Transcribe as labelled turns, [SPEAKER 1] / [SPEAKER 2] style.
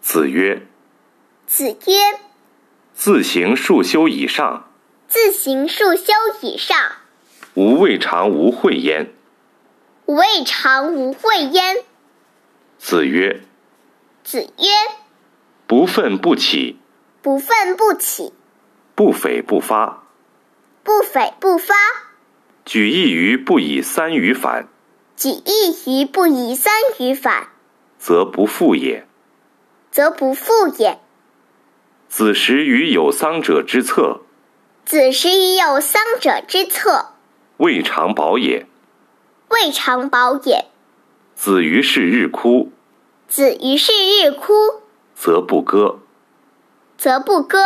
[SPEAKER 1] 子曰
[SPEAKER 2] 子曰：“
[SPEAKER 1] 自行数修以上，：“
[SPEAKER 2] 自行数修以上，
[SPEAKER 1] 吾未尝无会焉。
[SPEAKER 2] 吾未尝无会焉。”
[SPEAKER 1] 子曰”
[SPEAKER 2] 子曰：“
[SPEAKER 1] 不愤不起，：“
[SPEAKER 2] 不愤不起，
[SPEAKER 1] 不悱不发，
[SPEAKER 2] 不悱不发，
[SPEAKER 1] 举一隅不以三隅反，
[SPEAKER 2] 举一隅不以三隅反，
[SPEAKER 1] 则不复也。
[SPEAKER 2] 则不复也。
[SPEAKER 1] 子时于有丧者之侧，
[SPEAKER 2] 子时已有丧者之策，
[SPEAKER 1] 未尝饱也。
[SPEAKER 2] 未尝饱也。
[SPEAKER 1] 子于是日哭，
[SPEAKER 2] 子于是日哭，
[SPEAKER 1] 则不歌。”
[SPEAKER 2] 则不歌。”